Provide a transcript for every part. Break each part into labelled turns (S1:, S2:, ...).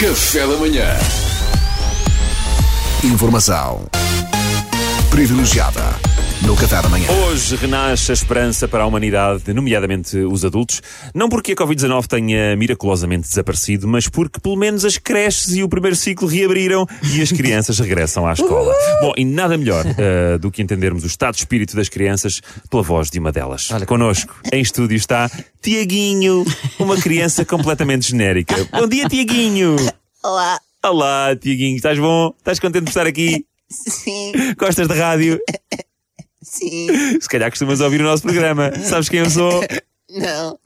S1: Café da Manhã. Informação privilegiada no Café da Manhã.
S2: Hoje renasce a esperança para a humanidade, nomeadamente os adultos. Não porque a Covid-19 tenha miraculosamente desaparecido, mas porque pelo menos as creches e o primeiro ciclo reabriram e as crianças regressam à escola. Bom, e nada melhor eh, do que entendermos o estado de espírito das crianças pela voz de uma delas. Connosco, em estúdio, está Tiaguinho, uma criança completamente genérica. Bom dia, Tiaguinho!
S3: Olá,
S2: Olá, Tiaguinho, estás bom? Estás contente de estar aqui?
S3: sim,
S2: Gostas de rádio?
S3: sim,
S2: Se calhar costumas ouvir o nosso programa. Sabes quem eu sou?
S3: não,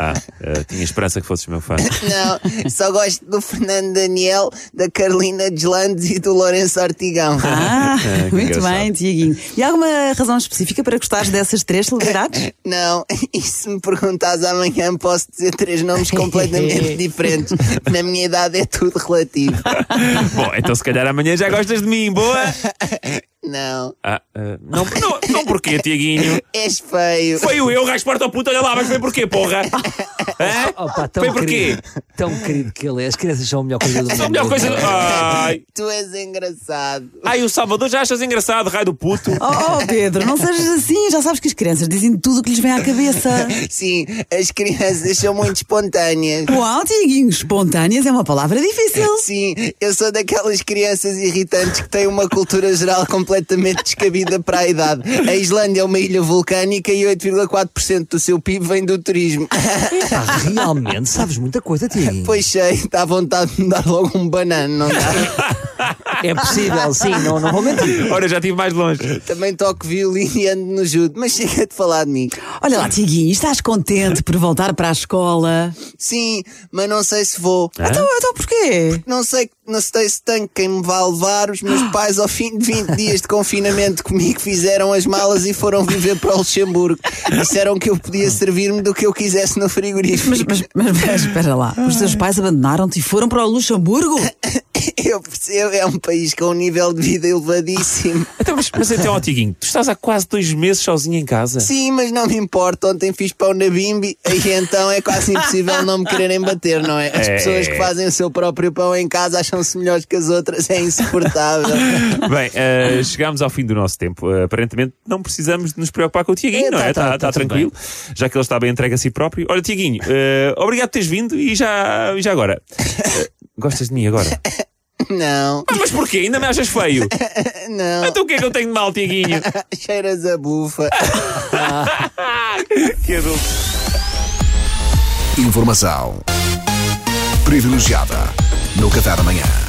S2: Ah, eh, tinha esperança que fosses meu fã.
S3: não, só gosto do Fernando Daniel, da Carolina Deslandes e do Lourenço Ortigão.
S4: Ah,
S2: É, que
S4: muito
S2: engraçado.
S4: bem, Tiaguinho. E há alguma razão específica para gostares dessas três celebridades?
S3: Não, e se me perguntares amanhã, posso dizer três nomes completamente diferentes. Na minha idade é tudo relativo.
S2: Bom, então se calhar amanhã já gostas de mim, boa!
S3: Não,
S2: Ah, eh, não, não, não porquê, Tiaguinho?
S3: és feio.
S2: Foi o eu, rasporta ao puto, olha lá, mas foi porquê, porra? Hã?
S5: Opa, Oh, tão
S2: foi porquê?
S5: querido, tão querido que ele é. As crianças são a melhor coisa do mundo.
S2: Só a melhor coisa. Ai,
S3: Tu és engraçado.
S2: ai, o Salvador já achas engraçado, raio do puto.
S4: Oh, oh, Pedro, não sejas assim, já sabes que as crianças dizem tudo o que lhes vem à cabeça.
S3: Sim, as crianças são muito espontâneas.
S4: Uau, Tiaguinho, espontâneas é uma palavra difícil.
S3: Sim, eu sou daquelas crianças irritantes que têm uma cultura geral completamente descabida para a idade. A Islândia é uma ilha vulcânica e 8,4% do seu PIB vem do turismo.
S5: Pá, realmente sabes muita coisa, Tiaguinho.
S3: Pois sei, está à vontade de me dar logo um banano, não dá?
S5: É possível, sim, não, não vou mentir.
S2: Ora, já estive mais longe.
S3: Também toco violino e ando no judo, mas chega de falar de mim.
S4: Olha lá, Tiaguinho, estás contente por voltar para a escola?
S3: Sim, mas não sei se vou.
S4: Então, então porquê?
S3: Não sei, não sei se tenho quem me vá levar. Os meus pais, ao fim de 20 dias de confinamento comigo, fizeram as malas e foram viver para o Luxemburgo. Disseram que eu podia servir-me do que eu quisesse no frigorífico.
S4: Mas, mas, mas, mas espera lá, os teus pais abandonaram-te e foram para o Luxemburgo?
S3: Eu percebo, é um país com um nível de vida elevadíssimo.
S2: Então, mas, mas então, ó, Tiaguinho, tu estás há quase dois meses sozinho em casa.
S3: Sim, mas não me importa. Ontem fiz pão na bimbi e então é quase impossível não me quererem bater, não é? As
S2: É.
S3: pessoas que fazem o seu próprio pão em casa acham-se melhores que as outras, é insuportável.
S2: Bem, eh, chegámos ao fim do nosso tempo. Eh, aparentemente não precisamos de nos preocupar com o Tiaguinho,
S5: É,
S2: não
S5: tá,
S2: é? Está
S5: tá, tá tudo
S2: tranquilo, já que ele está bem entregue a si próprio. Olha, Tiaguinho, eh, obrigado por teres vindo e já, e já agora. Eh, gostas de mim agora?
S3: Não,
S2: Ah, mas porquê? Ainda me achas feio?
S3: não,
S2: Então o que é que eu tenho de mal, Tiaguinho?
S3: cheiras a bufa.
S2: que adulto.
S1: Informação privilegiada no Café da Manhã.